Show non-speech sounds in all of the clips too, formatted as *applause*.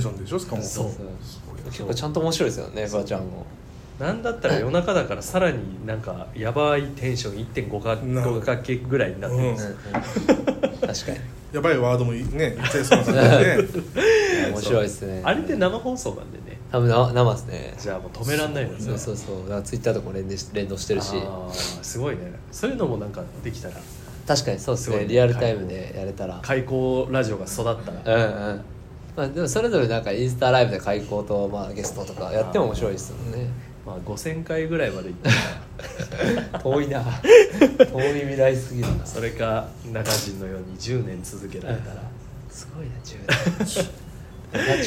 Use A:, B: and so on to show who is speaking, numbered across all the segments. A: ションでしょしかも
B: そう
C: 結構ちゃんと面白いですよねばあちゃんも
B: なんだったら夜中だからさらになんかやばいテンション1.5か
A: な
B: 5かけぐらいになってるんですよ、
C: 確か
A: やばいワードもね言っちゃいそうな感じでね
C: に面白いですね
B: あれって生放送なんでね
C: 多分な生ですね
B: じゃあもう止めらんないのね
C: そうそうそうだからツイッターとかも連動し連動してるし
B: あーすごいねそういうのもなんかできたら
C: 確かにそうです
B: すご
C: ね
B: いね
C: リアルタイムでやれたら
B: 開口ラジオが育ったら
C: うんうんまあでもそれぞれなんかインスタライブで開講とまあゲストとかやっても面白いですもんね
B: まあ、5000回ぐらいまでいったら
C: *laughs* 遠いな遠い未来すぎるな
B: それか中人のように10年続けられたら
C: すごいな10 代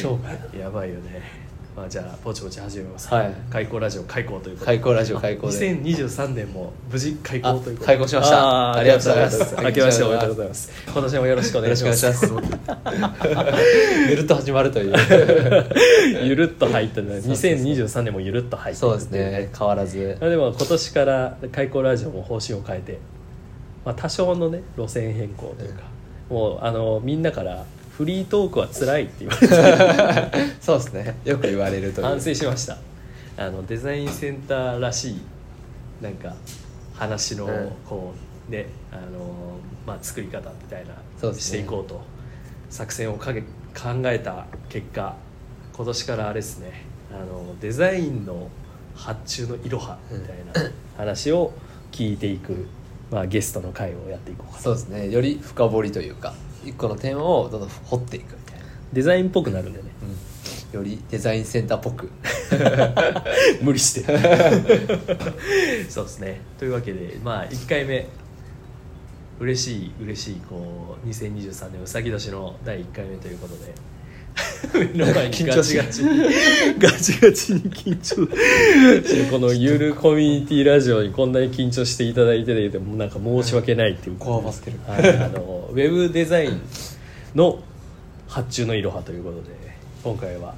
B: *laughs*
C: 長か
B: やばいよねまあじゃあぼちぼち始めます
C: はい
B: 開口ラジオ開口ということで
C: 開講ラジオ開講で
B: 2023年も無事開講ということで
C: あ開講しました
B: あー
C: ありがとうございます
B: ありがとうございます明けましておめでとうございます今年もよろしくお
C: よ
B: 願
C: ろ
B: い
C: し
B: し
C: くお願
B: ま
C: いしますす
B: *laughs*
C: ゆるっと始まるという
B: ゆるっと入ったね
C: そうそう
B: 2023年もゆるっと入って
C: そうですね変わらず
B: まあでも今年から開口ラジオも方針を変えて、まあ、多少のね路線変更というか、もうあのみんなから「フリートークは辛い」って言われて
C: *laughs* そうですねよく言われるという
B: 反省しましたあのデザインセンターらしいなんか話の
C: うん
B: こうね、あのまあ、作り方みたいな、
C: そうです
B: し
C: ね
B: ていこうと作戦をかけ考えた結果今年からあれですねあのデザインの発注のいろはみたいな話を聞いていく、まあ、ゲストの会をやっていこうかな
C: そうですねより深掘りというか一個のテーマをどんどん掘っていくみたいな、
B: デザインっぽくなるんでね
C: よりデザインセンターっぽく
B: *laughs* 無理してそうですねというわけでまあ1回目嬉しい嬉しいこう2023年うさぎ年の第1回目ということで目の前に
C: 緊
B: ガ
C: 張し
B: チ *laughs* ガチにガチガチに緊張してるこのゆるコミュニティラジオにこんなに緊張していただいててもうなんか申し訳ないっていう
C: *laughs* こわばってる
B: はいあのウェブデザインの発注のいろはということで今回は、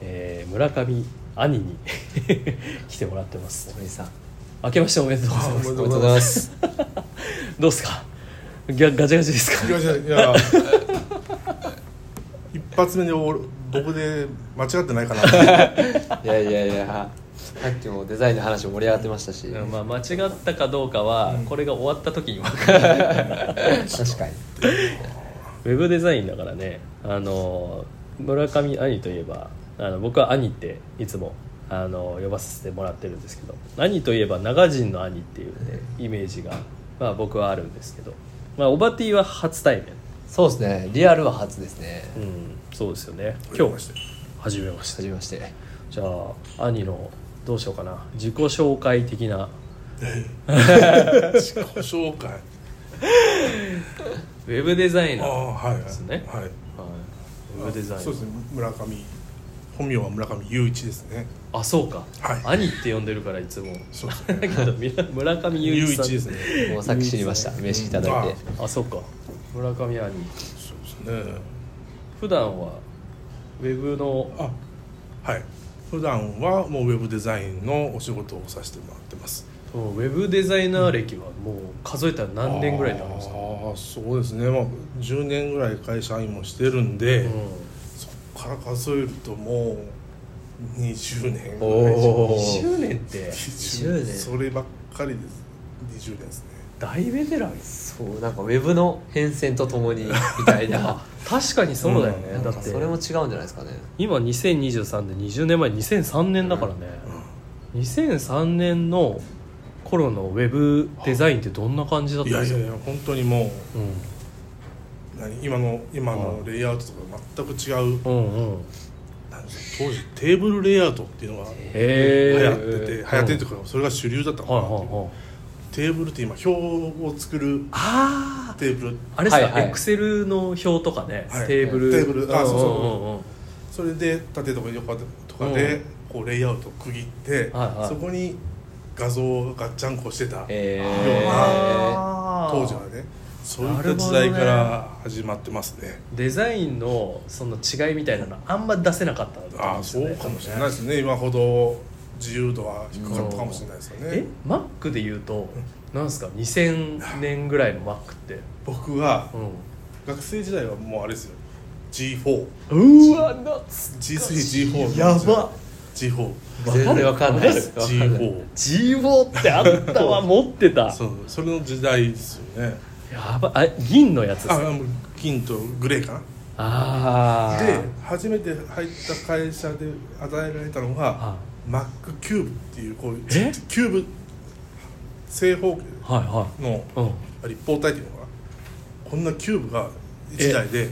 B: えー村上兄に *laughs* 来てもらってます
C: 森さん
B: 明けましておめでとうございま
C: お
B: す
C: めでとうございます
B: どうですかギャガチャガチャです
A: い
B: か
A: やいやいや一発目で俺僕で間違ってないかな
C: いやいやいやさっきもデザインの話も盛り上がってましたし、
B: うんまあ、間違ったかどうかは、
A: うん
B: これが終わった時に分かる
C: 確かに
B: ウェブデザインだからねあの村上兄といえばあの僕は兄っていつもあの呼ばせてもらってるんですけど兄といえば長人の兄っていうねイメージが、まあ、僕はあるんですけど、まあ、オバティは初対面
C: そうですねリアルは初ですね
B: うんそうですよね今日初めまして
C: 初めまして
B: じゃあ兄のどうしようかな自己紹介的な
A: 自己紹介
B: ウェブデザイ
A: あ
B: ナー
A: あはいはい
B: ですね
A: はい
B: ウェブデザイナー
A: そうですね村上本名は村上雄一ですね
B: あそうか、
A: は
B: 兄って呼んでるからいつも
A: そうです
B: だ *laughs* け
A: ね
B: どみな村上
A: 雄
B: 雄一
A: 一
B: さん
A: ですね
C: もうさっき知りました名刺いただいて
B: あそうか村上兄
A: そうですね
B: 普段はウェブの
A: あはい普段はもうウェブデザインのお仕事をさせてもらってます
B: うんウェブデザイナー歴はもう数えたら何年ぐらいになりますか
A: ああそうですね、まあ、10年ぐらい会社員もしてるんで、
B: う
A: そこから数えるともう20年
C: お
A: ぐらいじゃ
B: ん、
C: おー
B: 20年って
C: 20年
A: そればっかりです20年ですね
B: 大ベテランです
C: そうなんかウェブの変遷とともにみたい *laughs* な
B: 確かにそうだよね、
A: うん
B: だ
C: な
B: っ
C: んか
B: て
C: それも違うんじゃないですかね
B: 今2023で20年前2003年だからね、2003年の頃のウェブデザインってどんな感じだっ
A: いや
B: たんで
A: い
B: す
A: や
B: か
A: いや本当にもう
B: う
A: 何今の今のレイアウトとか全く違うん
B: うんうん
A: なんですよ当時テーブルレイアウトっていうのが流
B: へ
A: 行
B: ー
A: ってて、流行ってるというかそれが主流だったのか
B: は
A: ない
B: はいはい
A: テーブルって今表を作る
B: あ
A: テーブル
B: ああれさ、
C: はいはい
B: エクセルの表とかね、
A: はい
B: テーブル
A: テーブルあそうそう
B: うんうんうん
A: それで縦とか横とかでこうレイアウトを区切って、
B: はいはい
A: そこに画像をガッチャンコしてた
C: えー、
B: あー
A: 当時はねそういった時代から始まってますね
B: デザインのその違いみたいなのあんま出せなかったんだと思
A: ああそうかもしれないですね今ほど自由度は低かったかもしれないですよ
B: え
A: ね
B: マックで言うとなんですか2000年ぐらいのマックって
A: 僕は
B: うん
A: 学生時代はもうあれですよ G4
B: うわ懐かし
A: G3G4
B: やば
A: G4
B: わかる
C: わかんないです
A: G4
B: G4 ってあっ
A: *laughs*
B: たわ持ってた
A: そうそれの時代ですよね
B: やばあ銀のやつ
A: あ
B: あ
A: あの金とグレーか
B: あ
A: な
B: ー
A: で初めて入った会社で与えられたのが
B: あ
A: マックキューブっていうこういうち
B: え
A: っちゃいキューブ正方形
B: はいは
A: の
B: いうん
A: 立方体っていうのかなこんなキューブが1台で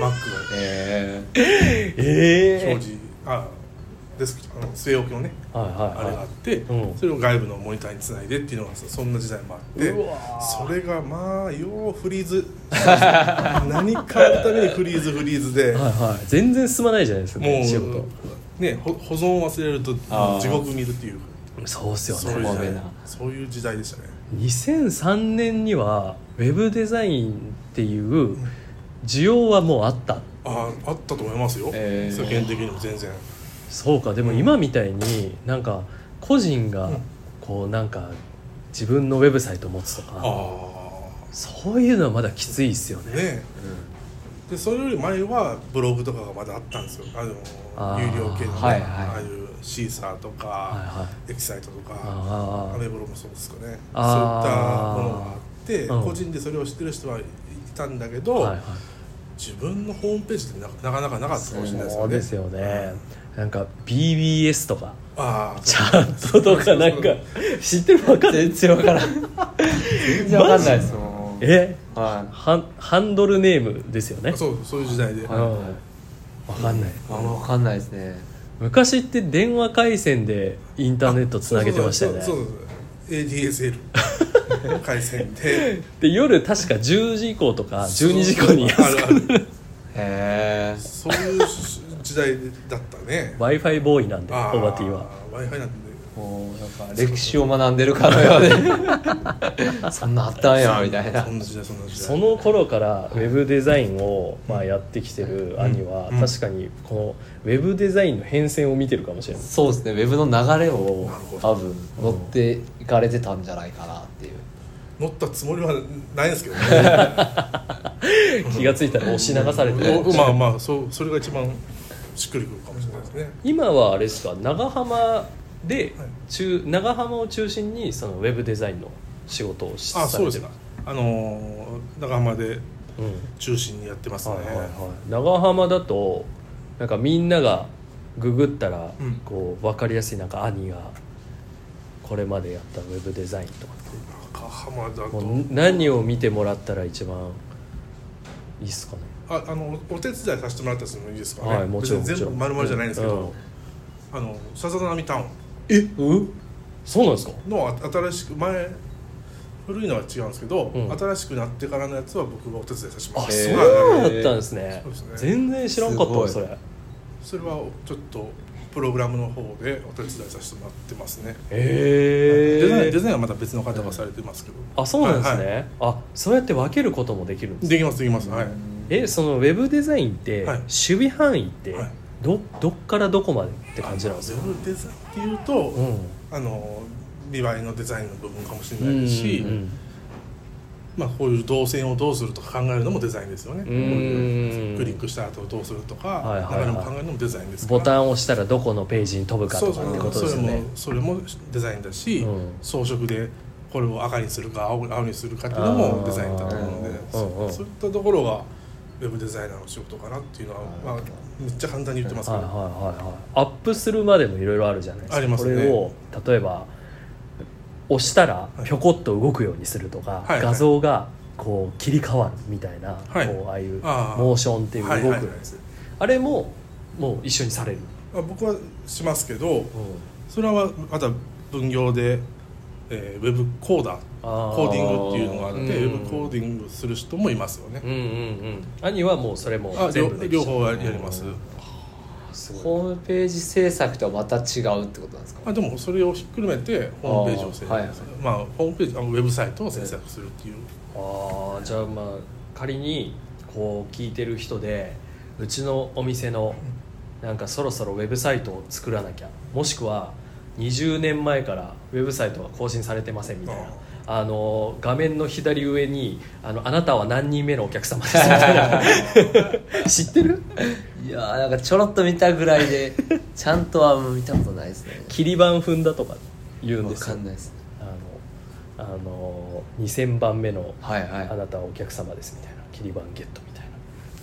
A: マック
C: え
A: が表
B: え
A: 示あデスクあの据え置きのね
B: えはい
A: あれがあ
B: は
A: って、
B: うん
A: それを外部のモニターにつないでっていうのがそそんな時代もあって
B: うわー
A: それがまあようフリーズ何かのためにフリーズフリーズで
B: *laughs* いはいはいはい全然進まないじゃないですか
A: も
B: 仕事
A: う、ね、ほ保存を忘れると
C: あー
A: 地獄見るっていう
B: そうっすよ
A: そう
B: ね
A: いう時
C: 透明
A: 代
C: な
A: そういう時代でしたね
B: 2003年にはウェブデザインっていう需要はもうあった
A: あああったと思いますよ、
C: えー
A: 世間的にも全然
B: そうかでも今みたいになんか個人が
A: うん
B: こうなんか自分のウェブサイトを持つと
A: あ
B: か
A: あ
B: そういうのはまだきついっすよね
A: ねでそれより前はブログとかがまだあったんですよあの
B: あー
A: 有料系のね、
C: はいはい
A: ああいうシーサーとか、
B: はいはい
A: エキサイトとか
B: あー
A: アメブロもそうですかねそういった
B: あー
A: ものがあって、
B: うん
A: 個人でそれを知ってる人はいたんだけど、
B: はいはい
A: 自分のホームページってななかなかなかったかもしれないです
B: そ
A: よ
B: う
A: ね。
B: ですよねなんか BBS とか
A: ああ、
B: チャットとかなんか知ってるわかんない
C: 全然わからん全然わかんないですもん
B: え
C: は
B: ハンハンドルネームですよね
A: そうそうそういう時代で、
B: うんわかんない
C: いあわかんないですね
B: 昔って電話回線でインターネットつなげてましたよね
A: そうそうそう
B: *laughs*
A: そう ADSL 回線で
B: で夜確か10時以降とか12時以降に w
A: あるある
C: へえ
A: そういう時代だったね。
B: i f i ボーイなんでオ
A: あ
B: ーバティは
A: Wi-Fi なんてね
C: もうなんか歴史を学んでるかのようでそんなあったんやみたいな
A: そんな時代そんな時代。
B: その頃からウェブデザインをまあやってきてる兄は
A: うん
B: 確かにこのウェブデザインの変遷を見てるかもしれない
C: そうですねウェブの流
A: なる
C: れを
A: ほど
C: 多分乗っていかれてたんじゃないかなっていう
A: 乗ったつもりはないですけどね。
B: 気がついたら押し流されて
A: おまあまあそうそれが一番しっくりくるかもしれないですね。
B: 今はあれですか長浜で
A: はい
B: 中長浜を中心にそのウェブデザインの仕事をし
A: あ
B: さ
A: そう
B: れ
A: です
B: てる
A: か。あのー長浜で
B: うん
A: 中心にやってますね。
B: はいはいはい、長浜だとなんかみんながググったら、
A: うん
B: こう分かりやすいなんか兄がこれまでやったウェブデザインとかっ
A: 長浜だ
B: ても
A: と
B: う何を見てもらったら一番いいっすかね
A: ああのお手伝いさせてもらったりするのいいですかね。
B: はいもちろん
A: 別に全部
B: もちろ
A: 丸々じゃないんですけ
B: う
A: ど、あの笹波タウ
B: えうんそうなんですか
A: ンのあ新しく前古いのは違うんですけど、
B: うん
A: 新しくなってからのやつは僕がお手伝いさせてもら
B: あ
A: っ
B: そ
A: て
C: へー
B: うだったんですね,、
A: そうですね
B: 全然知らんかったわ
C: す
B: そ
C: ごい
B: れへ
A: それはちょっとプログラムの方でお手伝いさせてもらってますね。デザイン
B: え
A: デザインはまた別の方がされてますけど、
B: あそうなんですね、
A: はい
B: あそうやって分けることもできるんです
A: できますできますはい、
B: えそのウェブデザインって、
A: はい
B: 守備範囲って
A: はい
B: どどっからどこまでって感じなんです
A: ウ
B: か、
A: ェブデザインっていうと、
B: うん
A: あの見栄えのデザインの部分かもしれないし、
B: うん
A: まあ、こういう動線をどうするとか考えるのもデザインですよね、
B: ん
A: こういうクリックした後どうするとか、
B: はいはいは
A: 流
B: い
A: れも考えるのもデザインですから
B: ボタンを押したらどこのページに飛ぶか
A: そ
B: と
A: うそ
B: かって
A: う
B: こと
A: そ
B: で
A: れ
B: すよ
A: も
B: ね
A: それもデザインだし、
B: うん
A: 装飾でこれを赤にするか青青にするかっていうのもデザインだと思うので、
B: あーうんうん
A: そそういったところがウェブデザイナーの仕事かなっていうのは、まあ、めっちゃ簡単に言ってますけ
B: はい
A: ど、
B: はいはいはいアップするまでもいろいろあるじゃないですか
A: ありますね
B: これを例えば押したらぴょこっと動くようにするとか、
A: いはい
B: 画像がこう切り替わるみたいな、
A: はい
B: こうああいう
A: あー
B: モーションっていう動くやつ、
A: はいはいはい
B: あれももう一緒にされる、
A: まあ、僕はしますけどそれはまた分業で、えーウェブコーダー
B: あー
A: コーディングっていうのがあってウ
B: うん
A: ェブコーディングする人もいますよね、
B: うんうんうん兄はもうそれも
A: あ
B: 全
A: 両
B: 部できちゃ
A: 両
B: う
A: 方はやります、
B: すごい
C: ホームページ制作とはまた違うってことなんですか
A: あ、でもそれをひっくるめてホームページを制作する
C: あーはいはい
A: まあ、ホームページあのウェブサイトを制作するっていう、
B: ああじゃあまあ仮にこう聞いてる人でうちのお店のなんかそろそろウェブサイトを作らなきゃもしくは20年前からウェブサイトが更新されてませんみたいなあの画面の左上にあの「あなたは何人目のお客様です」みたいな *laughs* 知ってる
C: いやーなんかちょろっと見たぐらいでちゃんとは見たことないです
B: *laughs*
C: ね
B: 切り板踏んだとか言うん
C: わ
B: です
C: か
B: よ
C: んないですね
B: あのあの2000番目の
C: はいは
B: あ
C: い
B: なたはお客様ですみたいな切り板ゲットみたいな、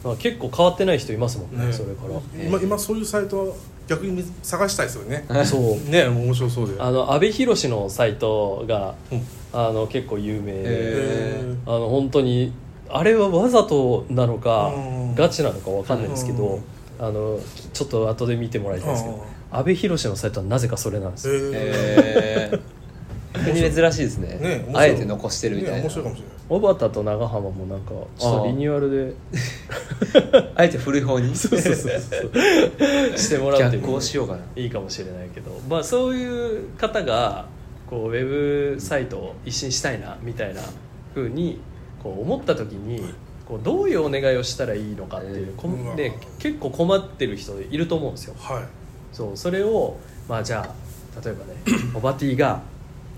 B: まあ、結構変わってない人いますもんね
A: ね
B: それから、
A: 今今そういうサイトは逆に探したいですよね
B: そう
A: ね面白そうで
B: あの阿部寛のサイトが
A: うん
B: あの結構有名で、
A: へー
B: あの本当にあれはわざとなのか
A: うん
B: ガチなのかわかんないんですけ
A: う
B: ど
A: ん
B: あのちょっと後で見てもらいたいんですけ
A: うん
B: ど阿部寛のサイトはなぜかそれなんですよ
A: へ
C: ええ逆に珍しいですね
A: えね面白い
C: あえて残してるみたい
A: ね
C: な、
A: 面白いかもしれない
B: 小畑と長浜もなんかちょっとリニューアルで
C: *laughs* あえて古い方
B: *laughs*
C: に
B: してもらうってい
C: 逆行しようかない
B: いかもしれないけど、まあ、そういう方がこうウェブサイトを一新したいなみたいなふうにこう思った時にこうどういうお願いをしたらいいのかっていう、こんで結構困ってる人いると思うんですよ。
A: はい
B: そうそれを、まあ、じゃあ例え
C: *coughs*
B: ばねオバティが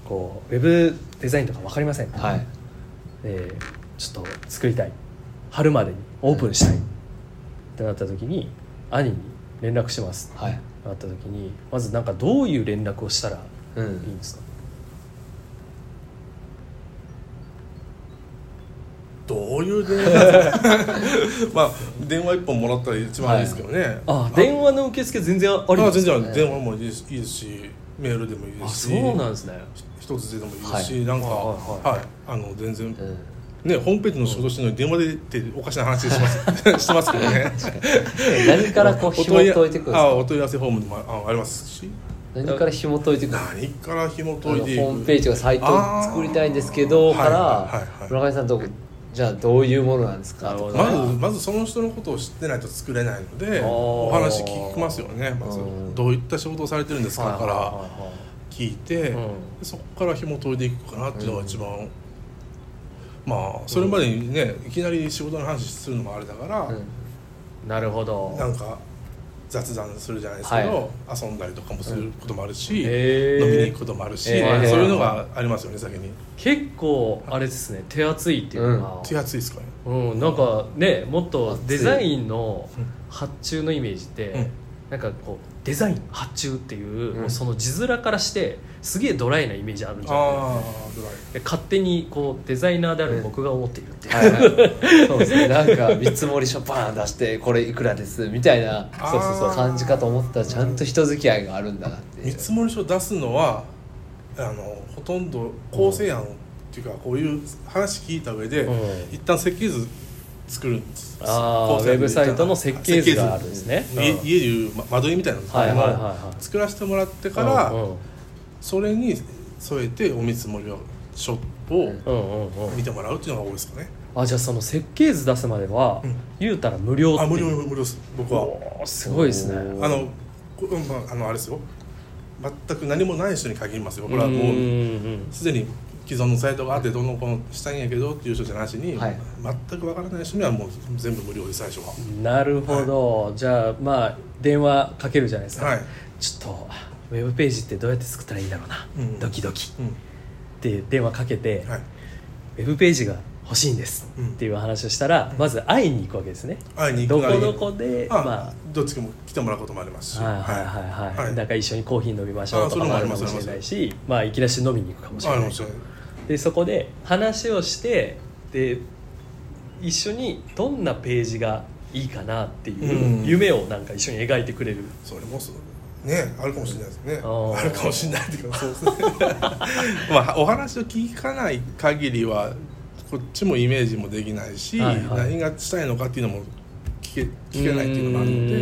B: こうウェブデザインとか分かりません、
C: はい
B: えーちょっと作りたい春までにオープンしたいってなった時に兄に連絡します
C: はい
B: あった時にまずなんかどういう連絡をしたら
C: う
B: いいん
C: ん
B: ですか、
A: どういう電話 *laughs* まあ電話一本もらったら一番いいですけどね、
B: あ電話の受付全然あり
A: ま
B: な
A: あ
B: んで
A: 全
B: すか
A: 然電話もいいですいいですしメールでもいいで
B: あ
A: す
B: そ
A: し
B: うなんですね
A: 一つででもいいですし、
C: はい
A: なんか
B: は
A: はいい、あの全然
C: うん
A: ねホームページの仕事してるのに電話でっておかしな話してます
C: *laughs*
A: してますけどね
C: 何からこう紐解いてくるんです
A: あ
C: か
A: お問い合わせフォームでもあありますし
C: 何から紐解いてくるんですか
A: 何から紐
C: あ
A: 解い
C: のホ
A: ていく
C: ームページがサイトを作りたいんですけど
A: あー
C: か
A: はいはいは
C: ら
A: い
C: 村上さんとこじゃあどういうものなんですか
B: なるほ
C: と
B: ど
A: ま
C: か
A: ずまずその人のことを知ってないと作れないので
B: あー
A: お話聞きますよねまず
C: うん
A: どういった仕事をされてるんですかから
B: は
A: 聞いて、
B: うん
A: そこから紐解いていくかなっていうのが一番、まあそれまでにねいきなり仕事の話するのもあれだから、
C: うん
B: いなるほど
A: なんか雑談するじゃないですけど、遊んだりとかもすることもあるし、
B: へー
A: 飲みに行くこともあるし、
B: へー
A: そういうのがありますよね先に
B: 結構あれですね手厚いっていうか、
A: 手厚いですかね
B: うんなんかねもっとデザインの発注のイメージって、
A: うん
B: なんかこうデザイン発注っていう、
C: うん
B: その字面からしてすげえドライなイメージあるんじゃない
A: ああぐらい
B: で勝手にこうデザイナーである僕が思っているっていう、
C: はいはい、そうですねなんか見積もり書バーン出してこれいくらですみたいな
A: あー
C: そうそうそう感じかと思ったらちゃんと人付き合いがあるんだなっていう
A: 見積もり書出すのはあのほとんど構成案っていうかこういう話聞いた上で、
B: うん
A: 一旦設計図作るんです
B: ああ
A: 構
B: ウ
A: 成案
B: ェブサイトの設計図があるん
A: 設
B: ですね、
A: 計図家家でいうま間取りみたいなの
B: はいはいはいは
A: 作らせてもらって
B: い
A: から、
B: うんうん
A: それに添えてお見積もり書を
B: うんうんうん
A: 見てもらうっていうのが多いですかね、
B: あじゃあその設計図出すまでは、
A: うん
B: 言うたら無料って
A: あ
B: いう
A: 無料無料です僕は
B: おーすごいですね
C: おー
A: あのこまああのあれですよ全く何もない人に限りますよ
B: う
A: これはもうんすでに既存のサイトがあってどんどんこのしたいんやけどっていう人じゃなしに、
C: はい
A: 全くわからない人にはもう全部無料で最初は
B: うんなるほど、じゃあまあ電話かけるじゃないですか、
A: はい、
B: ちょっとウェブページってどうやって作ったらいいんだろうな、
A: うん
B: ドキドキっ
A: うん
B: て電話かけて、
A: はい、
B: ウェブページが欲しいんです
A: うん
B: っていう話をしたら、
A: うん
B: まず会いに行くわけですね、
A: 会いに行
B: ど
A: くなり
B: こどこで
A: あ、
B: ま
A: どっちも来てもらうこともありますし
B: あはいはいはいはい、なんか一緒にコーヒー飲みましょう
A: あ
B: と
A: そ
B: か
A: れ
B: も
A: も
B: あ
A: あ
B: る
A: り
B: か
A: ます
B: もしれないしまあいきなり飲みに行くかもし
A: あ
B: れ
A: り
B: な
A: ま
B: い
A: すよね
B: でそこで話をしてで一緒にどんなページがいいかなっていう
A: うん
B: 夢をなんか一緒に描いてくれる、
A: それもそうねあるかもしれないですね
B: あー
A: あるかもしれないっていうかそうですね *laughs* まあお話を聞かない限りはこっちもイメージもできないし、
B: はいはい
A: 何がしたいのかっていうのも聞け聞けないっていうのもあるので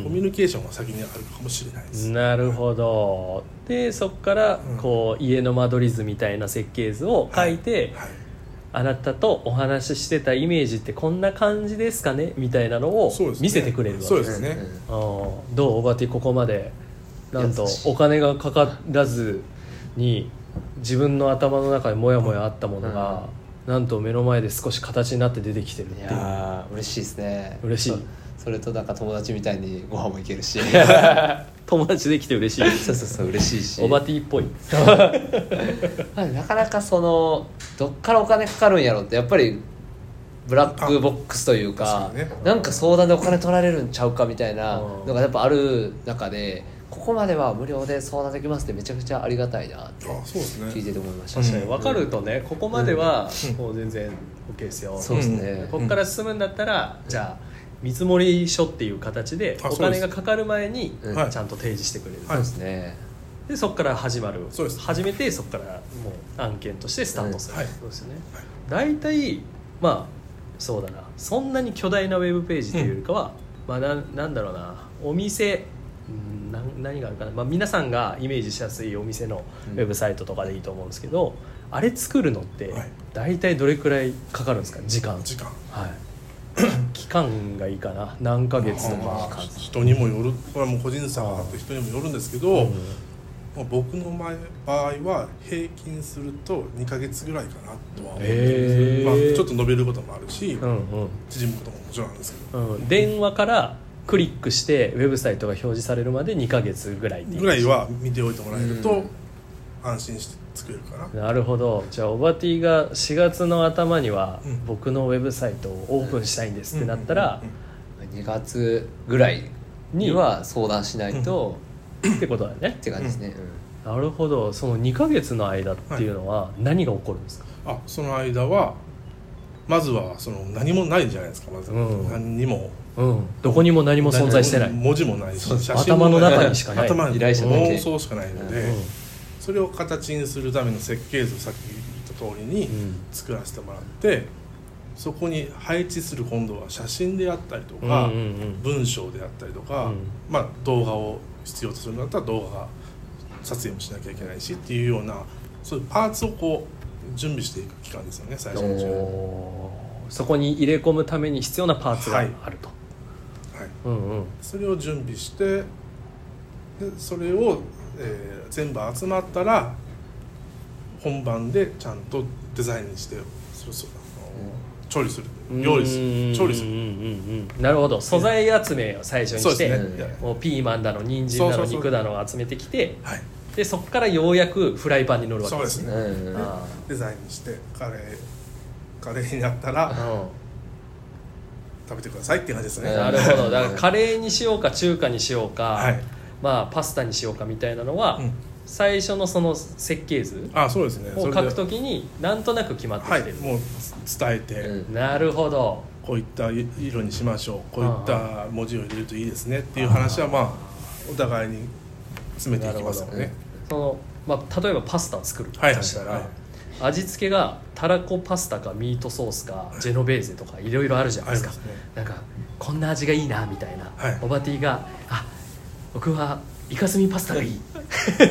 B: の
A: コミュニケーションが先にあるかもしれないです、
B: なるほどでそこから
A: うん
B: こう家の間取り図みたいな設計図を書いて、
A: はい、
B: あなたとお話ししてたイメージってこんな感じですかねみたいなのを
A: そうですね
B: 見せてくれるわけ
A: そう
B: で
A: ですすね
B: あーどうオバティここまでなんと
C: 優しい
B: お金がかからずに自分の頭の中にもやもやあったものが、なんと目の前で少し形になって出てきてるっ
C: うんい
B: ていう
C: やー嬉しいですね
B: 嬉しい
C: *laughs* そそれとなんか友達みたいにご飯も行けるし
B: *laughs* 友達できて嬉しいです
C: *laughs* そうそうそう嬉しいし
B: オバティっぽい
C: まあなかなかそのどっからお金かかるんやろってやっぱりブラックボックスという
A: あ
C: か
A: 確かにね
C: なんか相談でお金取られるんちゃうかみたいな
B: うん
C: のがやっぱある中でここまでは無料で相談できますってめちゃくちゃありがたいなって
A: あそうですね
C: 聞いてて思いました
A: 確
C: ね
B: *laughs*
A: かに
B: 分かるとねここまではもう全然 OK ですよ、
C: そうです
A: う
C: ね
A: ん
B: ここから進むんだったら、じゃあ見積り書っていう形で
A: あ
B: お
A: そうです
B: 金がかかる前に
C: うん
A: はい
B: ちゃんと提示してくれる、
A: はい
C: そうですね
B: でそこから始まる
A: そうです
B: 始めてそこからもう案件としてスタートする、
A: はい
B: そうですよね、
A: はい
B: 大体まあそうだなそんなに巨大なウェブページというよりかは、まあ、ななんだろうなお店うんな何があるかな、まあ、皆さんがイメージしやすいお店の
C: う
B: ウ
C: ん
B: ェブサイトとかでいいと思うんですけど、あれ作るのって
A: はい
B: 大体どれくらいかかるんですか時間
A: 時間
B: はい *coughs* 期間がいいかな何ヶ月と
A: ま
B: か
A: あ人にもよるこれはもう個人差があって人にもよるんですけど、
B: うん
A: まあ、僕の場合は平均すると2ヶ月ぐらいかなとは思ってます、
B: へー
A: まあ、ちょっと伸びることもあるし、
B: うん
A: 縮むことももちろんあるんですけど
B: うんうん電話からクリックしてウェブサイトが表示されるまで2ヶ月ぐらいって言い
A: ぐ
B: ま
A: ら
B: し
A: い
B: た
A: は見ておいてもらえる
C: う
A: と
C: ん
A: 安心して作れるかな、
B: なるほどじゃあオバティが4月の頭には
A: うん
B: 僕のウェブサイトをオープンしたいんですってなったら
A: うんうん
C: 2月ぐらいに
B: に
C: は相談しないと
B: ってことだよね
C: って感じですね
B: なるほどその2ヶ月の間っていうのは何が起こるんですか
A: うんあその間はまずはその何もないじゃないですかまず、
B: うん
A: 何にも
B: うんどこにも何も存在してない
A: 文字もないし
C: そう
A: 写真もない
B: 頭の中にしかない
A: 頭に
C: 依頼者だけ
A: 妄想しかないので、
B: うん
A: それを形にするための設計図をさっき言った通りに
B: うん
A: 作らせてもらってそこに配置する今度は写真であったりと
B: うんう
A: か、
B: ん
A: 文章であったりとか、
B: うん
A: まあ、動画を必要とするんだったら動画撮影もしなきゃいけないしっていうようなそういうパーツをこう準備していく期間ですよね最初
B: う
A: の
B: ん
A: うちはは
B: おーそこに入れ込むために必要なパーツがあ
A: はい
B: ると、
A: い、
B: うんうん
A: それを準備してでそれを、えー全部集まったら本番でちゃんとデザインにしてそうそうあの調理する料理す
B: うん
A: る調理す
B: うんう
A: る
B: んうんうんなるほど素材集めを最初に
A: そう
B: し
A: で
B: て、
A: すね、
C: うん
B: もうピーマンだの人参だ
A: そ
B: の
A: うそうそう
B: 肉だのを集めてきて
A: はい
B: でそこからようやくフライパンに乗るわ
A: そ
B: け
A: う
B: で
A: ですす
B: ね
A: ね、
C: うんうんうん
B: あ
A: デザインにしてカレーカレーになったら
B: ー
A: 食べてくださいっていう感じです
B: う
A: ね、
B: ん
A: は
B: なるほどだからカレーにしようか中華にしようか、
A: い、
B: まあ、パスタにしようかみたいなのは、
A: うん
B: 最初のその設計図
A: あそうですね
B: を
A: そ
B: 書
A: れで
B: くときになんとなく決まってき
A: はい
B: てる、
A: もう伝えて、
C: うん
B: なるほど
A: こういった色にしましょうこういった文字を入れるといいですねっていう話はまあお互いに詰めていきますよ
C: なる
A: ね
B: その、まあ、例えばパスタを作ると
A: はいはい
B: したら、
A: はい
B: 味付けがたらこパスタかミートソースかジェノベーゼとかいろいろあるじゃない
A: あ
B: で
A: り
B: すか
A: ますね
B: なんかこんな味がいいなみたいな、
A: はい
B: おばティが「あ僕はイカスミパスタがいい」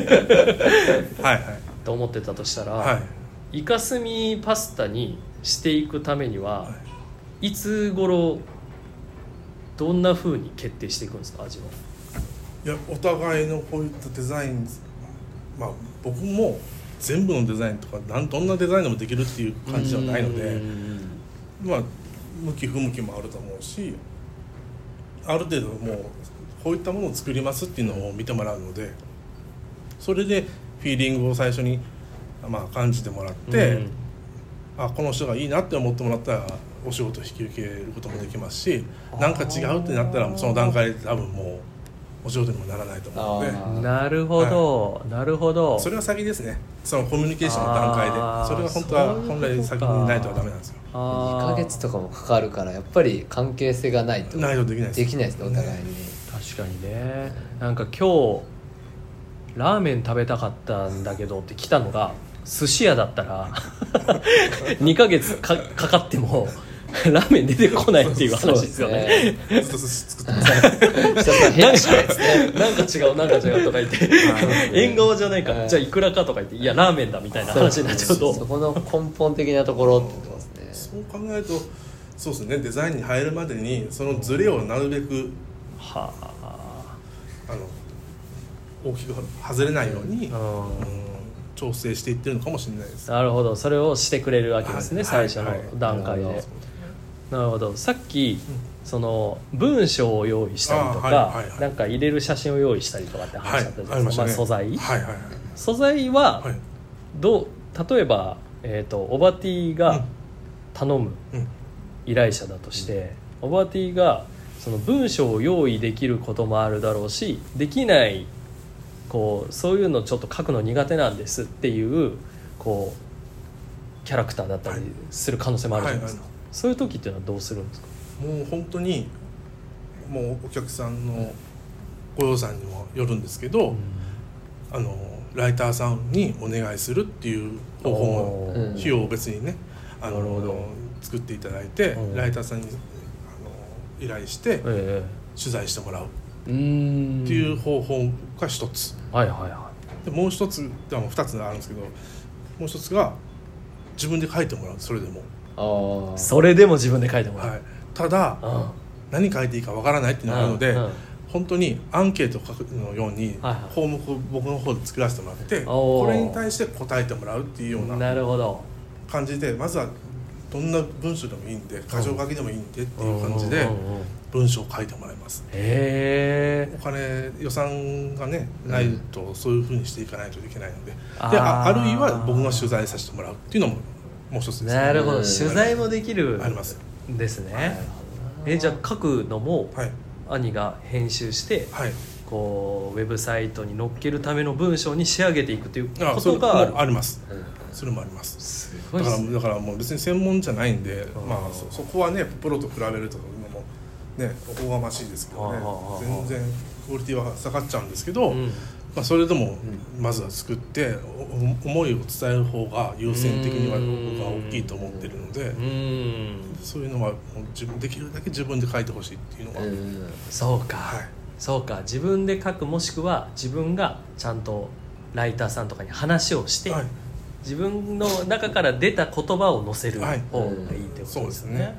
A: はいはい
B: と思ってたとしたら、
A: はい
B: イカスミパスタにしていくためには、、
A: はい
B: つ頃どんな風に決定していくんですか味はい
A: やお互いのこういったデザインまあ僕も全部のデザインとかなんどんなデザインでもできるっていう感じではないの
B: う
A: で
B: ん
A: まあ向き不向きもあると思うしある程度もうこういったものを作りますっていうのを見てもらうのでそれでフィーリングを最初に、まあ、感じてもらって、
B: うん
A: あこの人がいいなって思ってもらったらお仕事引き受けることもできますしなんか違うってなったらその段階で多分もうお仕事にもならないと思うので
C: あー
B: なるほど、なるほど
A: それは先ですねそのコミュニケーションの段階で
B: あー
A: それは本当は
B: そういうこと
A: 本
B: か
A: 来先にないとはダメなんですよ
B: あ
C: 2
B: ー
C: ヶ月とかもかかるからやっぱり関係性がないと
A: ないとできないです
C: できないですねお互いに
B: 確かにねなんか今日ラーメン食べたかったんだけどって来たのが寿司屋だったら *laughs* 2ヶ月かかかってもラーメン出てこないっていう話ですよね
A: ずっと寿司作ってます
C: そうですねひたすら変
B: なん
C: 化
B: か
C: しないです
A: *laughs*
B: な
C: ね
B: んか違うなんか違うとか言って縁側じゃないか、
C: はい
B: じゃあいくらかとか言っていやラーメンだみたいな話になっちゃうと
C: そこの根本的なところってことですね
A: そう考えるとそうですねデザインに入るまでにそのズレをなるべく
B: はあ
A: あの大きく外れないように、
B: う
A: うん
B: ん
A: 調整していってるのかもしれないです。
B: なるほどそれをしてくれるわけです
A: は
B: ね、
A: い
B: 最初
A: はい
B: の段階で、
A: はい
B: なるほどさっき、その文章を用意したりとか、
A: あはいはいはい
B: なんか入れる写真を用意したりとかって
A: はい
B: 話だったじゃ
A: あ
B: ない
A: り
B: で
A: ますした
B: か、
A: ね
B: まあ、素材、
A: はいはい
B: 素材は
A: はい
B: どう例えば、えー、とオバティが頼む
A: うん
B: 依頼者だとして、オバティがその文章を用意できることもあるだろうしできないこうそういうのちょっと書くの苦手なんですっていうこうキャラクターだったりする可能性もあるじゃないですか、
A: はい
B: そういう時っていうのはどうするんですか
A: もう本当にもうお客さんのご予算にもよるんですけど、あのライターさんにお願いするっていう方法も
B: お
C: うん
B: ー
A: 費用を別にねあ
B: なるほど
A: の作っていただいて
B: うん
A: ライターさんにあの依頼して取
B: え
A: 材してもらうっ
B: えうん
A: ていう方法が一つ
B: はいはいは
A: でもう一つでも二つあるんですけどもう一つが自分で書いてもらうそれでも、
C: ああ
B: いそれでも自分で書いてもらう、
A: はい、ただ
B: あ
A: 何書いていいかわからないっていうのがあるので、
B: うんうん
A: 本当にアンケートを書くのように
B: はいはい
A: 項目を僕の方で作らせてもらって、
B: お
A: こ
B: ー
A: れに対して答えてもらうっていうような
B: なるほど
A: 感じでまずはどんな文章でもいいんで箇条書きでもいいんでっていう感じで
B: うんうんうんうん
A: 文章を書いてもらいます
B: へ
A: お
B: え
A: 金予算がねないとそういうふうにしていかないといけないので,、
B: あ
A: で
B: ー
A: ああるいは僕が取材させてもらうっていうのももう一つですね
B: なるほど
C: うん
B: 取材もできる
A: あります
B: ですねえじゃあ書くのも
A: はい
B: 兄が編集して
A: はい
B: こうウェブサイトに載っけるための文章に仕上げていくという
A: あ
B: こ
A: それ
B: と
A: も
B: がある
A: あります
C: うん
A: それもあります
B: すごい
A: だか
B: で
A: ら
B: すね
A: だからもう別に専門じゃないんで
B: あー
A: まあ、そそこはねプロと比べると今もねおこがましいですけどね
B: あーあーあー
A: 全然クオリティは下がっちゃうんですけど、
B: うん
A: まあ、それでもまずは作っておお思いを伝える方が優先的には
B: うん
A: 僕は大きいと思ってるので
B: うん
A: そういうのはもう自分できるだけ自分で書いてほしいっていうのが、
C: うん
B: そうか、
A: はい
B: そうか自分で書くもしくは自分がちゃんとライターさんとかに話をして、
A: はい
B: 自分の中から出た言葉を載せる
A: はい
B: 方がいいってこと
A: そう
B: で
A: ですす
B: よね
A: ね。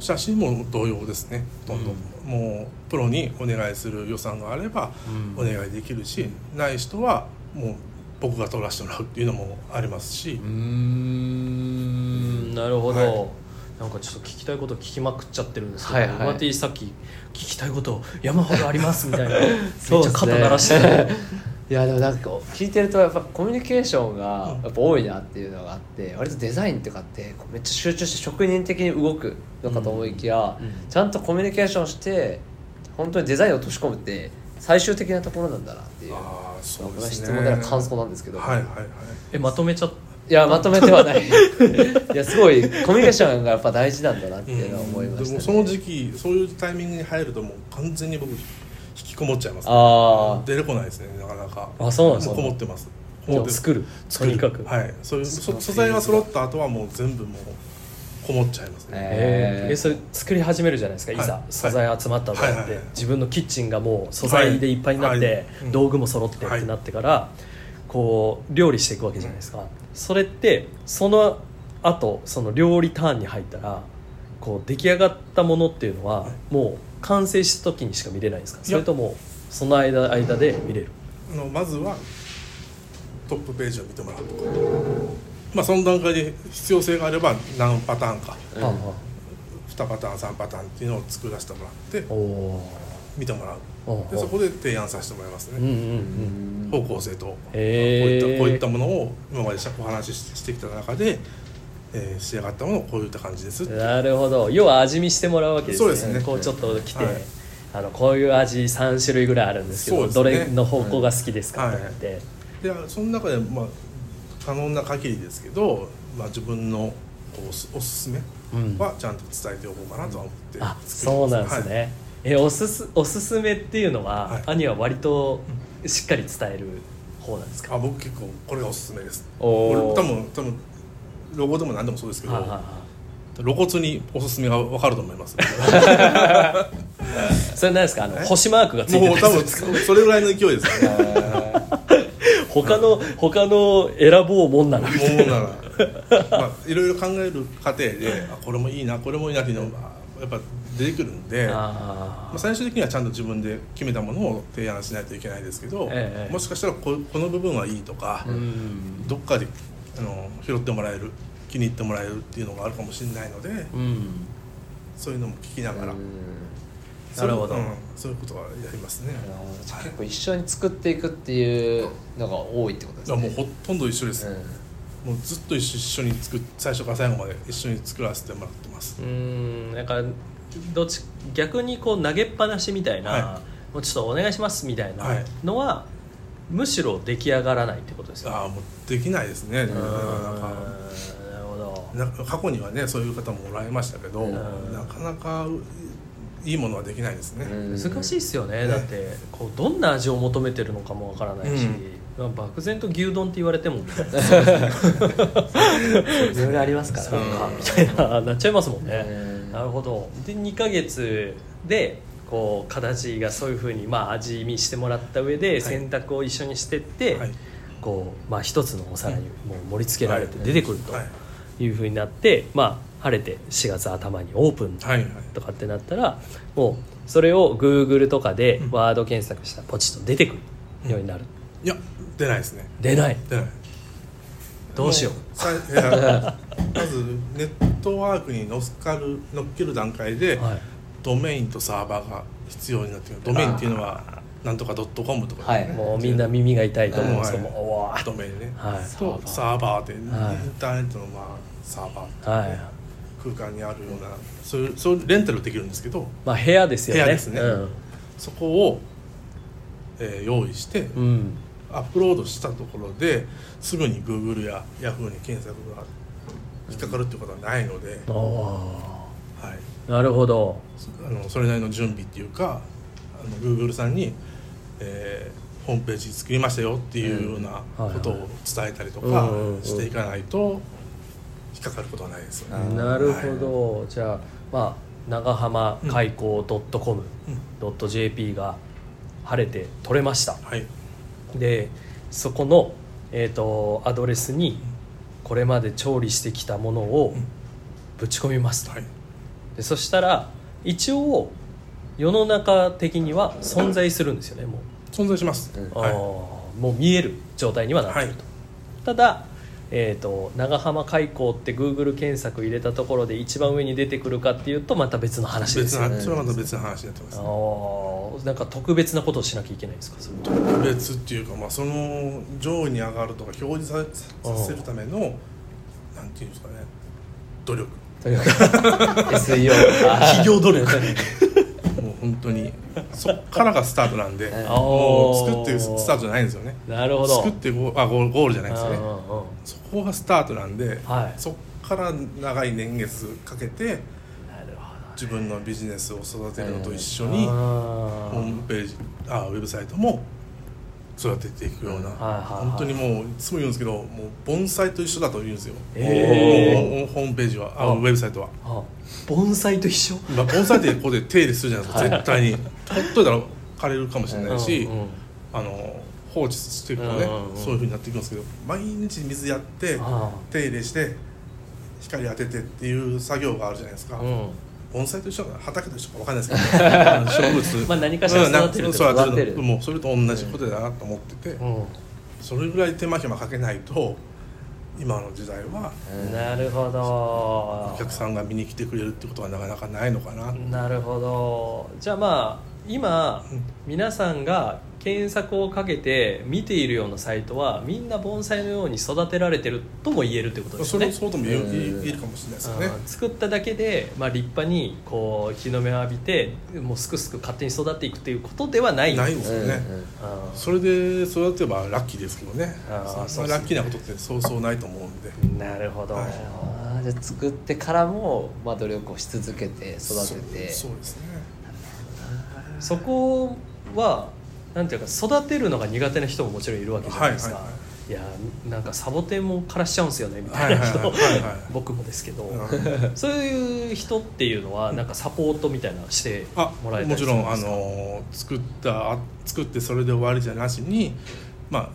A: 写真も同様ですねどんどん、もうプロにお願いする予算があれば
B: う
A: お
B: ん
A: 願いできるし、ない人はもう僕が撮らせてもらうっていうのもありますし、
B: うーんなるほど、
A: はい
B: なんかちょっと聞きたいこと聞きまくっちゃってるんですけど、
C: はいはい
B: 上手さっき聞きたいこと山ほどありますみたいな
C: *laughs* そ
B: めっ
C: うで
B: ち
C: す
B: ゃ
C: ね
B: 肩鳴らしてた
C: *laughs* いやでもなんか聞いてるとやっぱコミュニケーションが
A: うん
C: やっぱ多いなっていうのがあって割とデザインとかってこうめっちゃ集中して職人的に動くのかと思いきや、
B: うんうん
C: ちゃんとコミュニケーションして本当にデザインを落とし込むって最終的なところなんだなっていう
A: ああそう
C: 僕
A: で
C: の
A: す
C: 質
A: ね
C: 問では感想なんですけど、
A: はいはいはい
B: えまとめちゃっ
C: いやまとめてはな
A: *laughs*
C: いいやすごいコミュニケーションがやっぱ大事なんだなっていうのは思いました、ね
A: でもその時期そういうタイミングに入るともう完全に僕引きこもっちゃいます、
C: あ
A: 出れこないですねなかなか
B: あそうなんですか
A: もこもってます
B: もう作る
A: 作る
B: とにかく、
A: はいそういう
C: そ
A: そ
C: の
A: 素材が揃った後はもう全部もうこもっちゃいますね、
B: え
C: え
B: ーえそれ作り始めるじゃないですか、
A: はい
B: い、ざ素材集まったとかって、
A: はいはいはい
B: 自分のキッチンがもう素材でいっぱいになって、
A: はいはいうん
B: 道具も揃ってってなってから、こう料理していくわけじゃないですか、それってその後その料理ターンに入ったらこう出来上がったものっていうのは、もう完成した時にしか見れないんですかそれともその間間で見れる
A: あのまずはトップページを見てもらうとかまあその段階で必要性があれば何パターンか
C: うん
B: ああ
A: 2パターン3パターンっていうのを作らせてもらって
B: おお
A: 見てもらう
B: ーお
A: でそこで提案させてもらいます
B: うんう
A: ね、
B: んうん
A: 方向性とこうい
B: へ
A: った
B: ー
A: こういったものを今までお話ししてきた中で、えー仕上がったものをこういった感じですって
B: なるほど要は味見してもらうわけですね
A: そうですね
B: こうちょっと来て、
A: はい
B: あのこういう味3種類ぐらいあるんですけど
A: そうです
B: ど
A: ね
B: れの方向が好きですかってなって、
A: でその中で、まあ、可能な限りですけど、まあ、自分のこうおすおすすめ
B: うん
A: はちゃんと伝えておこうかなとは思って、
B: あそうなんですね、
A: はい
B: えおすすおすすめっていうのは、
A: はい
B: 兄は割としっかり伝える方なんですか、
A: あ僕結構これがおすすめです
C: お
A: 俺
C: ー
A: 多分多分ロゴでも何でもそうですけど
B: はあはあは
A: 露骨におすすめが分かると思います
B: *laughs* あそれ何ですかあの
A: え
B: 星マークがついて
A: もう
B: るや
A: 多
B: つ
A: 分そそれぐらいの勢いですね
B: 他の他の選ぼうもんならみたいな
A: もうなら、まあ、いろいろ考える過程であこれもいいなこれもいいなっていうのがやっぱ出てくるんで
B: あ
A: まあ、最終的にはちゃんと自分で決めたものを提案しないといけないですけど、
B: ええ
A: もしかしたらここの部分はいいとか、
B: ーうん
A: どっかであの拾ってもらえる気に入ってもらえるっていうのがあるかもしれないので
B: うん
A: そういうのも聞きながら、
B: なるほど
A: そう,、そういうことはやりますね
C: じゃあ結構一緒に作っていくっていうのが多いってことです
A: だから
C: ね
A: もうほとんど一緒です、もうずっと一緒に作っ最初から最後まで一緒に作らせてもらってます
B: うーんなんかどっち逆にこう投げっぱなしみたいな、
A: は
B: もうちょっとお願いしますみたいな
A: はい
B: のは、むしろ出来上がらないってことですよね
A: ああもうできないですねな
B: う
A: かな
B: ーん
A: か
B: なるほど
A: なんか過去にはねそういう方もおられましたけど
C: うん
A: なかなかいいものはできないですね、
C: うん
B: 難しいですよね、
A: ね
B: だってこうどんな味を求めてるのかもわからないし、漠然と牛丼って言われてもみ
C: *laughs*
B: たいな
C: いろいろありますからね
A: そうか
B: みたいななっちゃいますもんね、
C: うん
B: なるほどで2ヶ月でこう形がそういうふうに、まあ、味見してもらった上で
A: い
B: 選択を一緒にしてって、
A: はい
B: こうまあ、一つのお皿にもう盛り付けられて
A: はい
B: 出てくると
A: はい
B: いうふうになって、まあ、晴れて4月頭にオープン
A: はいはい
B: とかってなったらもうそれを Google とかで
A: うん
B: ワード検索したらポチッと出てくるようになる、
A: いや出ないですね
B: 出ない
A: 出ない
B: どうしよう
A: もさいやまずネットワークに乗っかる乗っける段階で、
B: はい
A: ドメインとサーバーが必要になってくるドメインっていうのはなんとかドットコムとか、
C: はい
B: もうみんな耳が痛いと思うんですけど
A: はい
B: もうおわー
A: ドメインね、
B: はい
A: とサーバーで、
B: はい
A: インターネットのまあサーバーっていうね、
B: はい
A: 空間にあるようなそういうそういうレンタルできるんですけど
B: まあ部屋ですよね
A: 部屋ですね
B: うん
A: そこを、えー用意して
B: うん
A: アップロードしたところですぐに Google や Yahoo に検索が引っかかるっていうことはないので、
B: お
A: はい、
B: ーなるほど
A: あのそれなりの準備っていうかあの Google さんに、えーホームページ作りましたよっていうような
B: うんはいはい
A: ことを伝えたりとか
B: うんうんうん
A: していかないと引っかかることはないですよ
C: あー
A: ね。
B: なるほど、じゃあまあ長浜開港 .com.jp、.jp が晴れて取れました
A: はい、
B: でそこの、えー、とアドレスにこれまで調理してきたものを
A: うん
B: ぶち込みますと、
A: はい、
B: でそしたら一応世の中的には存在するんですよねもう
A: 存在します。
C: うん
B: あー
A: は
B: もう見える状態にはなって
A: はい
B: ると、ただ、えー、と長浜開港って Google 検索入れたところで一番上に出てくるかっていうとまた別の話で
A: 別
B: す
A: な
B: よね
A: それはまた別の話になってます
B: あ。ーなんか特別なことをしなきゃいけないんですかそれは
A: 特別っていうか、まあ、その上位に上がるとか表示ささせるためのなんていうんですかね努力
C: というか
B: *laughs*
C: SEO
A: 企業努力もう本当にそっからがスタートなん
B: *laughs*
A: で
C: はい
A: もう作って
B: あー
A: るスタートじゃないんですよね
B: なるほど
A: 作ってゴーあゴーゴールじゃないですよね
B: うんうんうん
A: そこがスタートなんで、
B: はい
A: そっから長い年月かけて
B: なるほ
A: 自分のビジネスを育てるのと一緒に、ホ
B: ど
A: ームページあウェブサイトも育てていくような、
B: はいはい
A: 本当にもういつも言うんですけどもう盆栽と一緒だと言うんですよ、
B: へ
A: ホームページはあ
B: あ
A: ウェブサイトは、
B: あ盆栽と一緒
A: まあ、盆栽ってここで手入れするじゃないですか絶対にほっといたら枯れるかもしれないし、
B: うんうん
A: あの放置していくとね、
B: うんうんうん
A: そういうふうになっていくんですけど毎日水やって
B: あ
A: 手入れして光当ててっていう作業があるじゃないですか、
B: あうん
A: 盆栽と一緒かな畑と一緒かわかんないですけどあの植物
B: *laughs* まあ何かしら育てるってこと
A: うんな育て
C: 育てる
A: るもうそれと同じことだなと思ってて、それぐらい手間暇かけないと今の時代は
B: うんなるほ
A: お
B: ど
A: 客さんが見に来てくれるってことはなかなかないのかな、
B: なるほどじゃあまあ今
A: うん
B: 皆さんが検索をかけて見ているようなサイトはみんな盆栽のように育てられてるとも言えるってことです
A: そ
B: ね
A: れそうとも言え
C: うん
A: 言え言えるかもしれないですよね、
B: うん作っただけで、まあ、立派にこう日の目を浴びてもうすくすく勝手に育っていくということではない
A: ないですよね、
B: あ
A: それで育てばラッキーですけどね
B: あー
A: そ
B: そ
A: ん
B: う
A: なラッ
B: ですね
A: キーなことってそうそうないと思うんで
B: ーなるほど、
A: はい
C: あーじゃあ作ってからも、まあ、努力をし続けて育てて
A: そうそうですね
B: そこはなんていうか育てるのが苦手な人ももちろんいるわけじゃないですか、
A: はいはいはい
B: やなんかサボテンも枯らしちゃうんですよねみた
A: はいい
B: な
A: はい
B: 人、
A: はいはいはい
B: 僕もですけど、
A: うん
B: そういう人っていうのはなんかサポートみたいなのして
A: あ
B: もらえた
A: も
B: りす
A: ちろ
B: るん
A: ん
B: で
A: あ
B: すか
A: の作ったあ作ってそれで終わりじゃなしにまあ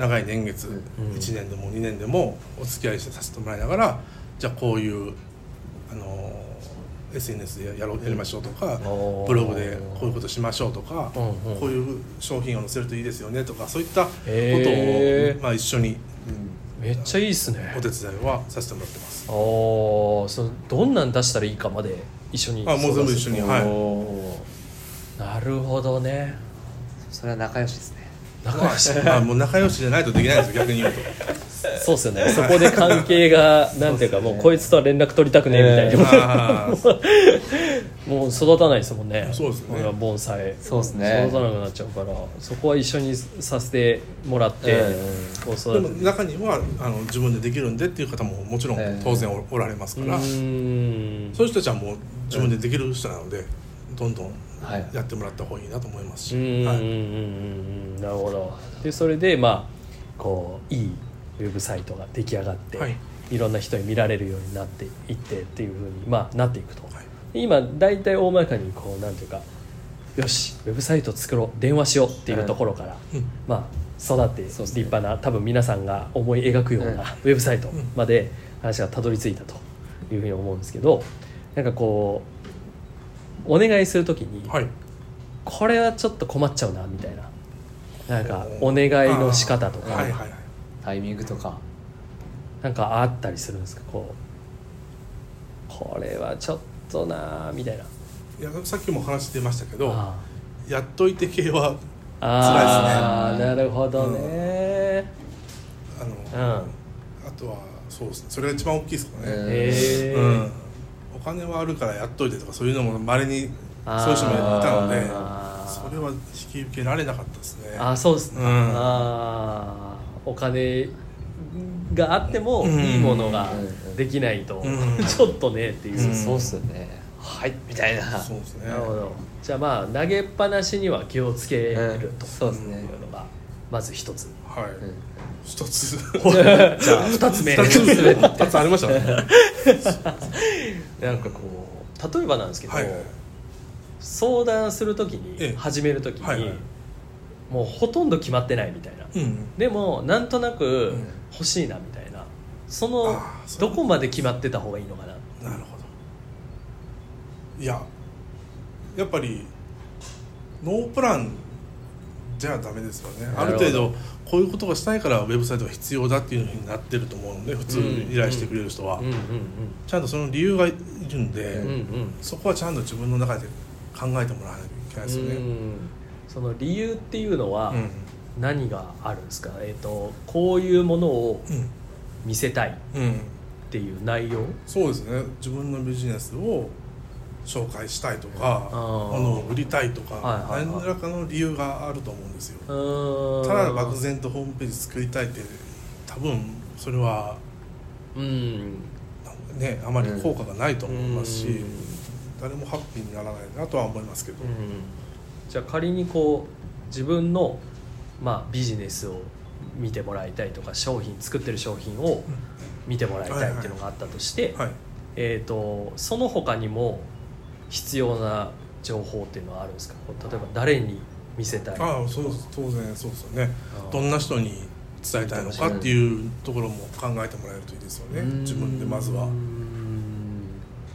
A: 長い年月、
B: ん
A: 1年でも2年でもお付き合いしてさせてもらいながらじゃあこういうあの SNS でやろうやりましょうとか、
B: おー
A: ブログでこういうことしましょうとか、
B: うんうん
A: こういう商品を載せるといいですよねとかそういったことを、
B: へー
A: まあ、一緒に
B: めっちゃいいですね
A: お手伝いはさせてもらってます
B: おーそのどんなん出したらいいかまで一緒に
A: あもう全部一緒にはい
C: おー
B: なるほどね
C: それは仲良しですね
B: 仲良し
A: まあもう仲良しじゃないとできないですよ逆に
B: *laughs*
A: 言うと
B: そうっすよねそこで関係がなんていうかもうこいつとは連絡取りたくねえみたいな、
A: あー
B: もう育たないですもんね
A: そうですね
B: これは盆栽
C: そうですね
B: 育たなくなっちゃうからそこは一緒にさせてもらって、
C: え
B: こう
A: で
B: 育
A: も
B: てて
A: 中にはあの自分でできるんでっていう方ももちろん
C: ええ
A: 当然おおられます
B: う
A: から、
B: ーん
A: そういう人たちはもう自分でできる人なので、どんどん
C: はい
A: やってもらった方がいいなと思いますし、
B: うんうんうん
A: は
B: うん
A: い、
B: うんなるほどでそれでまあこういいウェブサイトが出来上がって、
A: はい
B: い、ろんな人に見られるようになっていってっていうふうに、まあ、なっていくと、
A: はい
B: で今大体大まかにこうなんていうかよしウェブサイト作ろう電話しようっていうところから、
A: うん
B: まあ、育って立
C: そうですね
B: 派な、多分皆さんが思い描くような
C: うん
B: ウェブサイトまで話がたどり着いたというふうに思うんですけどなんかこうお願いするときに、
A: はい、
B: これはちょっと困っちゃうなみたいななんか
A: お
B: お願いの仕方と
A: あ
B: か
A: ーはいはいはい
C: タイミングとか
B: なんかあったりするんですかこうこれはちょっとなみたいない
A: やさっきも話してましたけど
B: あ
A: やっといて系は
B: ーあー
C: 辛いですね
B: なるほどね、
A: あの、
B: うん
A: あとはそうですねそれが一番大きいですかね、
B: へえ
A: うん、お金はあるからやっといてとかそういうのもまれにそういう人もいたので
B: あー
A: それは引き受けられなかったですね
B: あーそうですね、
A: うん
B: あーお金があってもいいものができないと、
A: うん
B: *laughs* ちょっとねっていう、
A: うん
C: そうっすよねはいみたいな
A: そうですね
B: なるほどじゃあまあ投げっぱなしには気をつけると、
C: うんそうですね
B: いうのがまず一つ
A: はい、
C: うん
A: 一つ
B: *laughs* じゃあ二つ目
A: 二つ二つありました
B: *laughs*
A: ね
B: なんかこう例えばなんですけど、
A: はいはい
B: 相談するとき
A: ええ
B: に始めるときに、
A: はいはい
B: もうほとんど決まってないみたいな、
A: うん
B: でもなんとなく
A: うん
B: 欲しいなみたいなそ
A: あ
B: の
A: ーそう
B: どこまで決まってた方がいいのかな
A: なるほどいややっぱりノープランじゃダメですよねあ
B: なる
A: る
B: ほど
A: 程度こういうことがしたいからウェブサイトが必要だっていうふうになってると思うので普通に依頼してくれる人は、
B: うんうん
A: ちゃんとその理由がいるんで、
B: うんうんうん
A: そこはちゃんと自分の中で考えてもらわなきゃいけないですよね、
B: うんその理由っていうのは
A: うん
B: 何があるんですか、えっとこういうものを
A: うん
B: 見せたいっ
A: うん、
B: ていう内容
A: そうですね自分のビジネスを紹介したいとか
B: あー
A: 物を売りたいとか、
B: はいはいはい
A: 何らかの理由があると思うんですよ
B: うーん
A: ただ漠然とホームページ作りたいって多分それは
B: うん
A: ねあまり効果がないと思いますし、
B: うん
A: 誰もハッピーにならないなとは思いますけど、
B: うんじゃあ仮にこう自分の、まあ、ビジネスを見てもらいたいとか商品作ってる商品を見てもらいたいっていうのがあったとして、
A: はい
B: えー、とその他にも必要な情報っていうのはあるんですかこう例えば誰に見せたい
A: ああそうです当然そうですよね
B: あー
A: どんな人に伝えたいのかっていうところも考えてもらえるといいですよね
B: うん
A: 自分でまずは
B: うん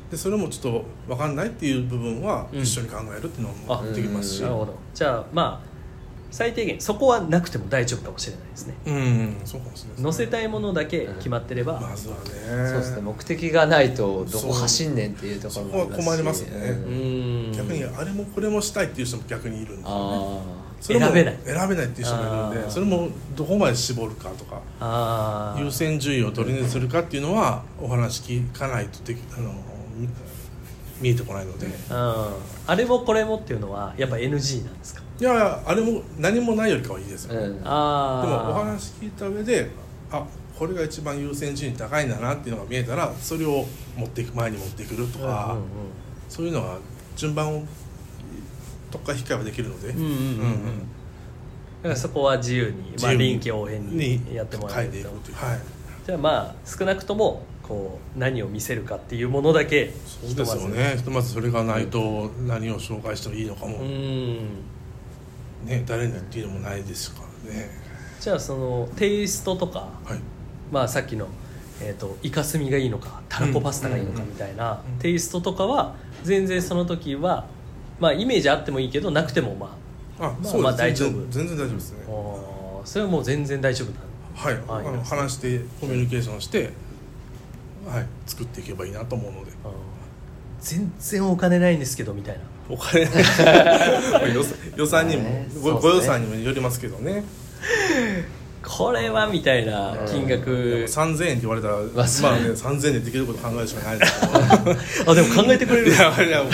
A: でそれもちょっと分かんないっていう部分は
B: うん
A: 一緒に考えるっていうのもできますし
B: なるほどじゃあまあ最低限そこはなくても大丈夫かもしれないですね
A: うん、そうかもしれないですね
B: 載せたいものだけ決まってれば、
A: まずはね
C: そうですね目的がないとどこ走んねんっていうところも
A: そうそこは困りますね
C: う
B: うんん
A: 逆にあれもこれもしたいっていう人も逆にいるんですよね
C: あ
A: それも
B: 選べない
A: 選べないっていう人もいるん
B: あ
A: で
B: ー
A: それもどこまで絞るかとか
B: あー
A: 優先順位をどれにするかっていうのはお話聞かないとできあのみ見えてこないのでい
B: うんあれもこれもっていうのはやっぱ NG なんですか
A: やあれも何もないよりかはいいです
C: あ
A: よ、
C: う
A: で
C: ん
B: ああ
A: もお話聞いた上であこれが一番優先順位高いんだなっていうのが見えたらそれを持っていく前に持ってくるとか、そういうのは順番を特化控えはできるので、
B: うんうんうんうんうんうんうんだからそこは自由に、まあ、
A: 自由に
B: 臨機応変にやってもらえ
A: 変えてい
B: る
A: く
B: と
A: というはい
B: じゃあまあ少なくともこう何を見せるかっていうものだけ
A: そうですよねひとまずそれがないと何を紹介してもいいのか
B: ひ
A: も、
B: とまずうん
A: ね誰にっていうのもないですからね
B: じゃあそのテイストとか
A: はい
B: まあ、さっきの、えー、とイカスミがいいのかたらこパスタがいいのかみたいな
A: うんうん
B: テイストとかは全然その時は、まあ、イメージあってもいいけどなくてもま
A: あ
B: まあ
A: そうです
B: まあ大丈夫
A: 全然全然大丈夫ですね
B: あおーそれはもう全然大丈夫な
A: はい、
B: はい
A: あの話してコミュニケーションして、はい、作っていけばいいなと思うので
B: の全然お金ないんですけどみたいな
A: お金 *laughs* 予算予算にも、
C: ね
A: ご
C: そ
A: ご予
C: うですね
A: 算にもよりますけどね
B: これはみたいな金
A: で
B: 額
A: も3000円って言われたら、ま
C: ま
A: あ
C: あ
A: ね、
C: そう
A: 3000円でできること考えるしかないですけど
B: あでも考えてくれる
A: いやいやもう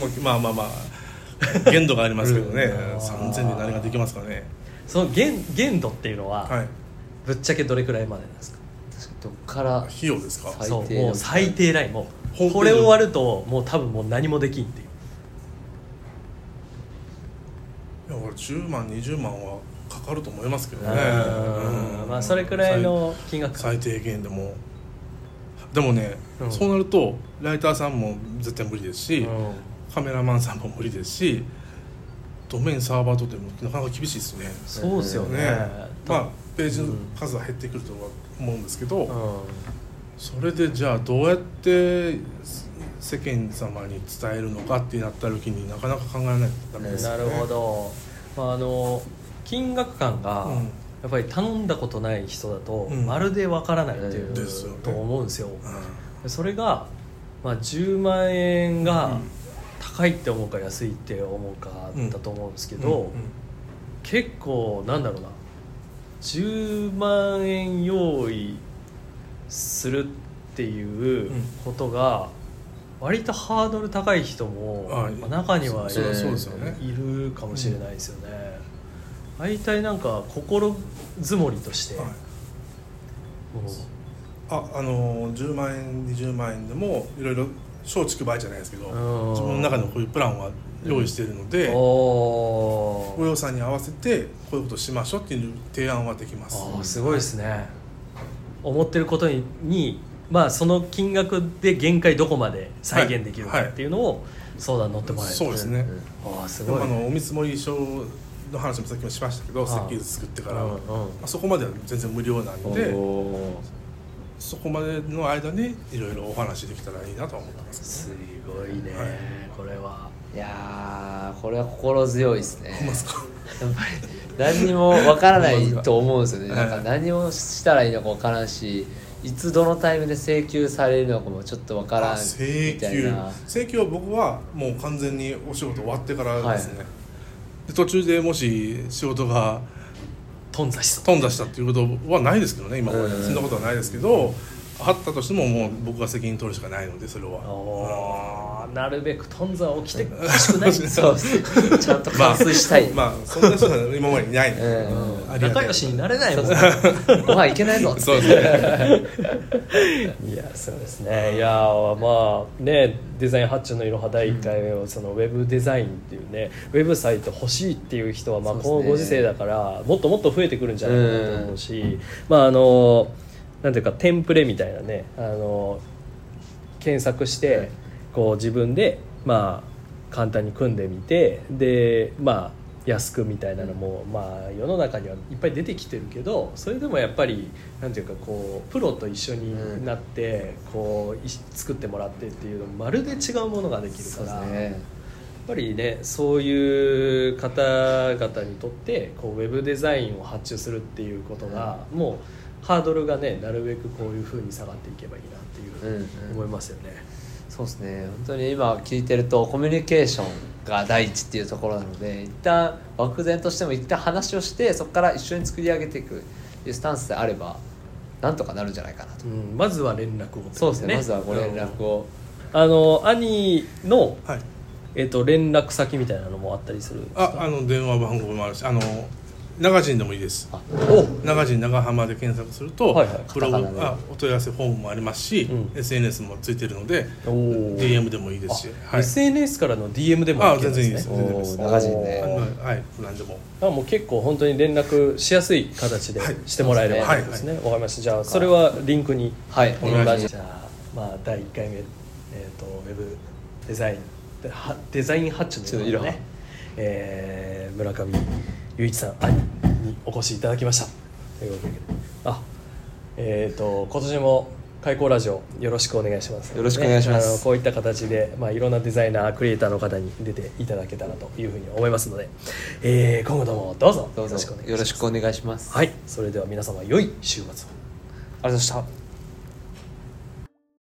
A: もうまあまあまあ限度がありますけどね、
B: うん
A: 3000円で何ができますかね
B: その限限度っていうのは、
A: はい
B: ぶっちゃけどれくらいまでなんですか
C: どっから
A: 費用ですか
C: 最低
B: そう
C: ライン
B: もう最低ラインも
A: ホームペー
B: う
A: ジ
B: これ終わるともう多分もう何もできんっていう
A: いや俺10万20万はかかると思いますけどね
B: うんまあそれくらいの金額
A: 最最低限でもでもね、
B: うん
A: そうなるとライターさんも絶対無理ですし、
B: うん
A: カメラマンさんも無理ですしドメインサーバー取ってもなかなか厳しいですね
B: そうですよね
A: まあページの数は減ってくるとは思うんですけど、
B: うん
A: それでじゃあどうやって世間様に伝えるのかってなった時になかなか考えないとダメですよね
B: なるほど、まあ、あの金額感が
A: うん
B: やっぱり頼んだことない人だと
A: うん
B: まるでわからないってい
C: うん
A: ですよね
B: うと思うんですよ
A: うん
B: それが、まあ、10万円
A: う
B: が
A: ん
B: 高いって思うか安いって思うかだと思うんですけど、
A: うん
B: 結構なんだろうな10万円用意するっていうことが割とハードル高い人も、
A: はい
B: まあ中には
A: そりゃそうですよね、
B: いるかもしれないですよね、大体なんか心づもりとして、
A: はい
B: もう
A: ああのー10万円20万円でもいろいろ松竹梅じゃないですけど
B: うん
A: 自分の中のこういうプランは用意しているので、
B: お
A: ご
B: ー
A: 予算に合わせてこういうことしましょうっていう提案はできま
B: あ
A: す
B: ーすごいですね思ってることににまあその金額で限界どこまで再現できる
A: は
B: か
A: いはい
B: っていうのを相談に乗ってもらえる
A: そうですね
C: ん
B: ああす
A: で
B: ご
A: もあ
B: いね
A: のお見積もり書の話もさっきもしましたけど
B: い
A: 設計図作ってから、
B: うん
A: ま
B: うん
A: あ、そこまでは全然無料なんで
C: おー
A: そこまでの間にいろいろお話できたらいいなとは思ってます
B: すごいね
A: はい
B: これはい
C: やーこれは心強いですね
A: 思いますか
C: やっぱり何にもわからないと思うんですよね
A: はい
C: なんか何をしたらいいのかわからんしいつどのタイミングで請求されるのかもちょっとわからん
A: 請
C: みたい
A: 求
C: な
A: 請求は僕はもう完全にお仕事終わってからですね、
C: は
A: で途中でもし仕事が
B: 頓挫しそう
A: 頓挫したっていうことはないですけどね今まで
C: うん
A: そんなことはないですけどあったとしてももう僕が責任取るしかないのでそれは
B: おーなるべく頓挫は起きてほし
A: *laughs*
B: くない
C: そうですちゃんと完遂したい、
A: まあそんな人は今までにないので、
C: うん
A: ありがた
B: 仲
A: い
B: 良しになれない
C: そ
B: も
C: うんそうご飯いけないぞ
A: そうですね
B: いやそうですねいやまあねデザイン発注のいろは第1回目をそのウェブデザインっていうねウェブサイト欲しいっていう人はまあ
C: そうですね
B: このご時世だからもっともっと増えてくるんじゃないかなと思うしまああのなんていうかテンプレみたいなねあの検索してこう自分でまあ簡単に組んでみてでまあ安くみたいなのも、まあ、世の中にはいっぱい出てきてるけどそれでもやっぱりなんていうかこうプロと一緒になって、こうい作ってもらってっていうのまるで違うものができるか
C: そうで
B: ら、
C: すね
B: やっぱりねそういう方々にとってこうウェブデザインを発注するっていうことが、もうハードルがねなるべくこういうふうに下がっていけばいいなっていうふうに
C: うんうん
B: 思いますよね。
C: そうですね本当に今聞いてるとコミュニケーションが第一っていうところなので一旦漠然としても一旦話をしてそこから一緒に作り上げていくっていうスタンスであればなんとかなるんじゃないかなと、
B: うん、まずは連絡を、
C: そうですねまずはご連絡
B: を
C: を、
B: あの兄の、
A: はい
B: えっと連絡先みたいなのもあったりするんです
A: あ
B: か
A: あの電話番号もあるしあの長人でもいいです
C: あ
A: 長人長浜で検索すると、
B: はいはい
A: ブログ
C: カタカナで
A: あお問い合わせフォームもありますし、
B: うん
A: SNS もついてるので
B: おー
A: DM でもいいですし、は
B: あ
A: い、
B: SNS からの DM でも
A: あ
B: いけるん
A: 全然いいです
B: ね
A: 全然いいです
C: おー長人
A: あ
C: で
A: のはい何でも
B: あもう結構本当に連絡しやすい形で
A: はい
B: してもらえれば
A: はい
B: いいですねわ、かりましたじゃあそれはリンクに
C: はい
A: お願いし
B: じゃあまあ第1回目、えー、とウェブデザインではデザイン発注のいろは
C: ちょっといろは
B: ね、えー村上雄一さん兄にお越しいただきましたということであえっ、と今年も開講ラジオよろしくお願いします
C: よろしくお願いします
B: あのこういった形で、まあ、いろんなデザイナークリエイターの方に出ていただけたらというふうに思いますので、えー今後ともどうぞ
C: どう
B: よ
C: ぞ
B: ろしくお願いし
C: よ
B: ま
C: ろし
B: す
C: くお願いします、
B: はいそれでは皆様良い週末を
C: ありがとうございました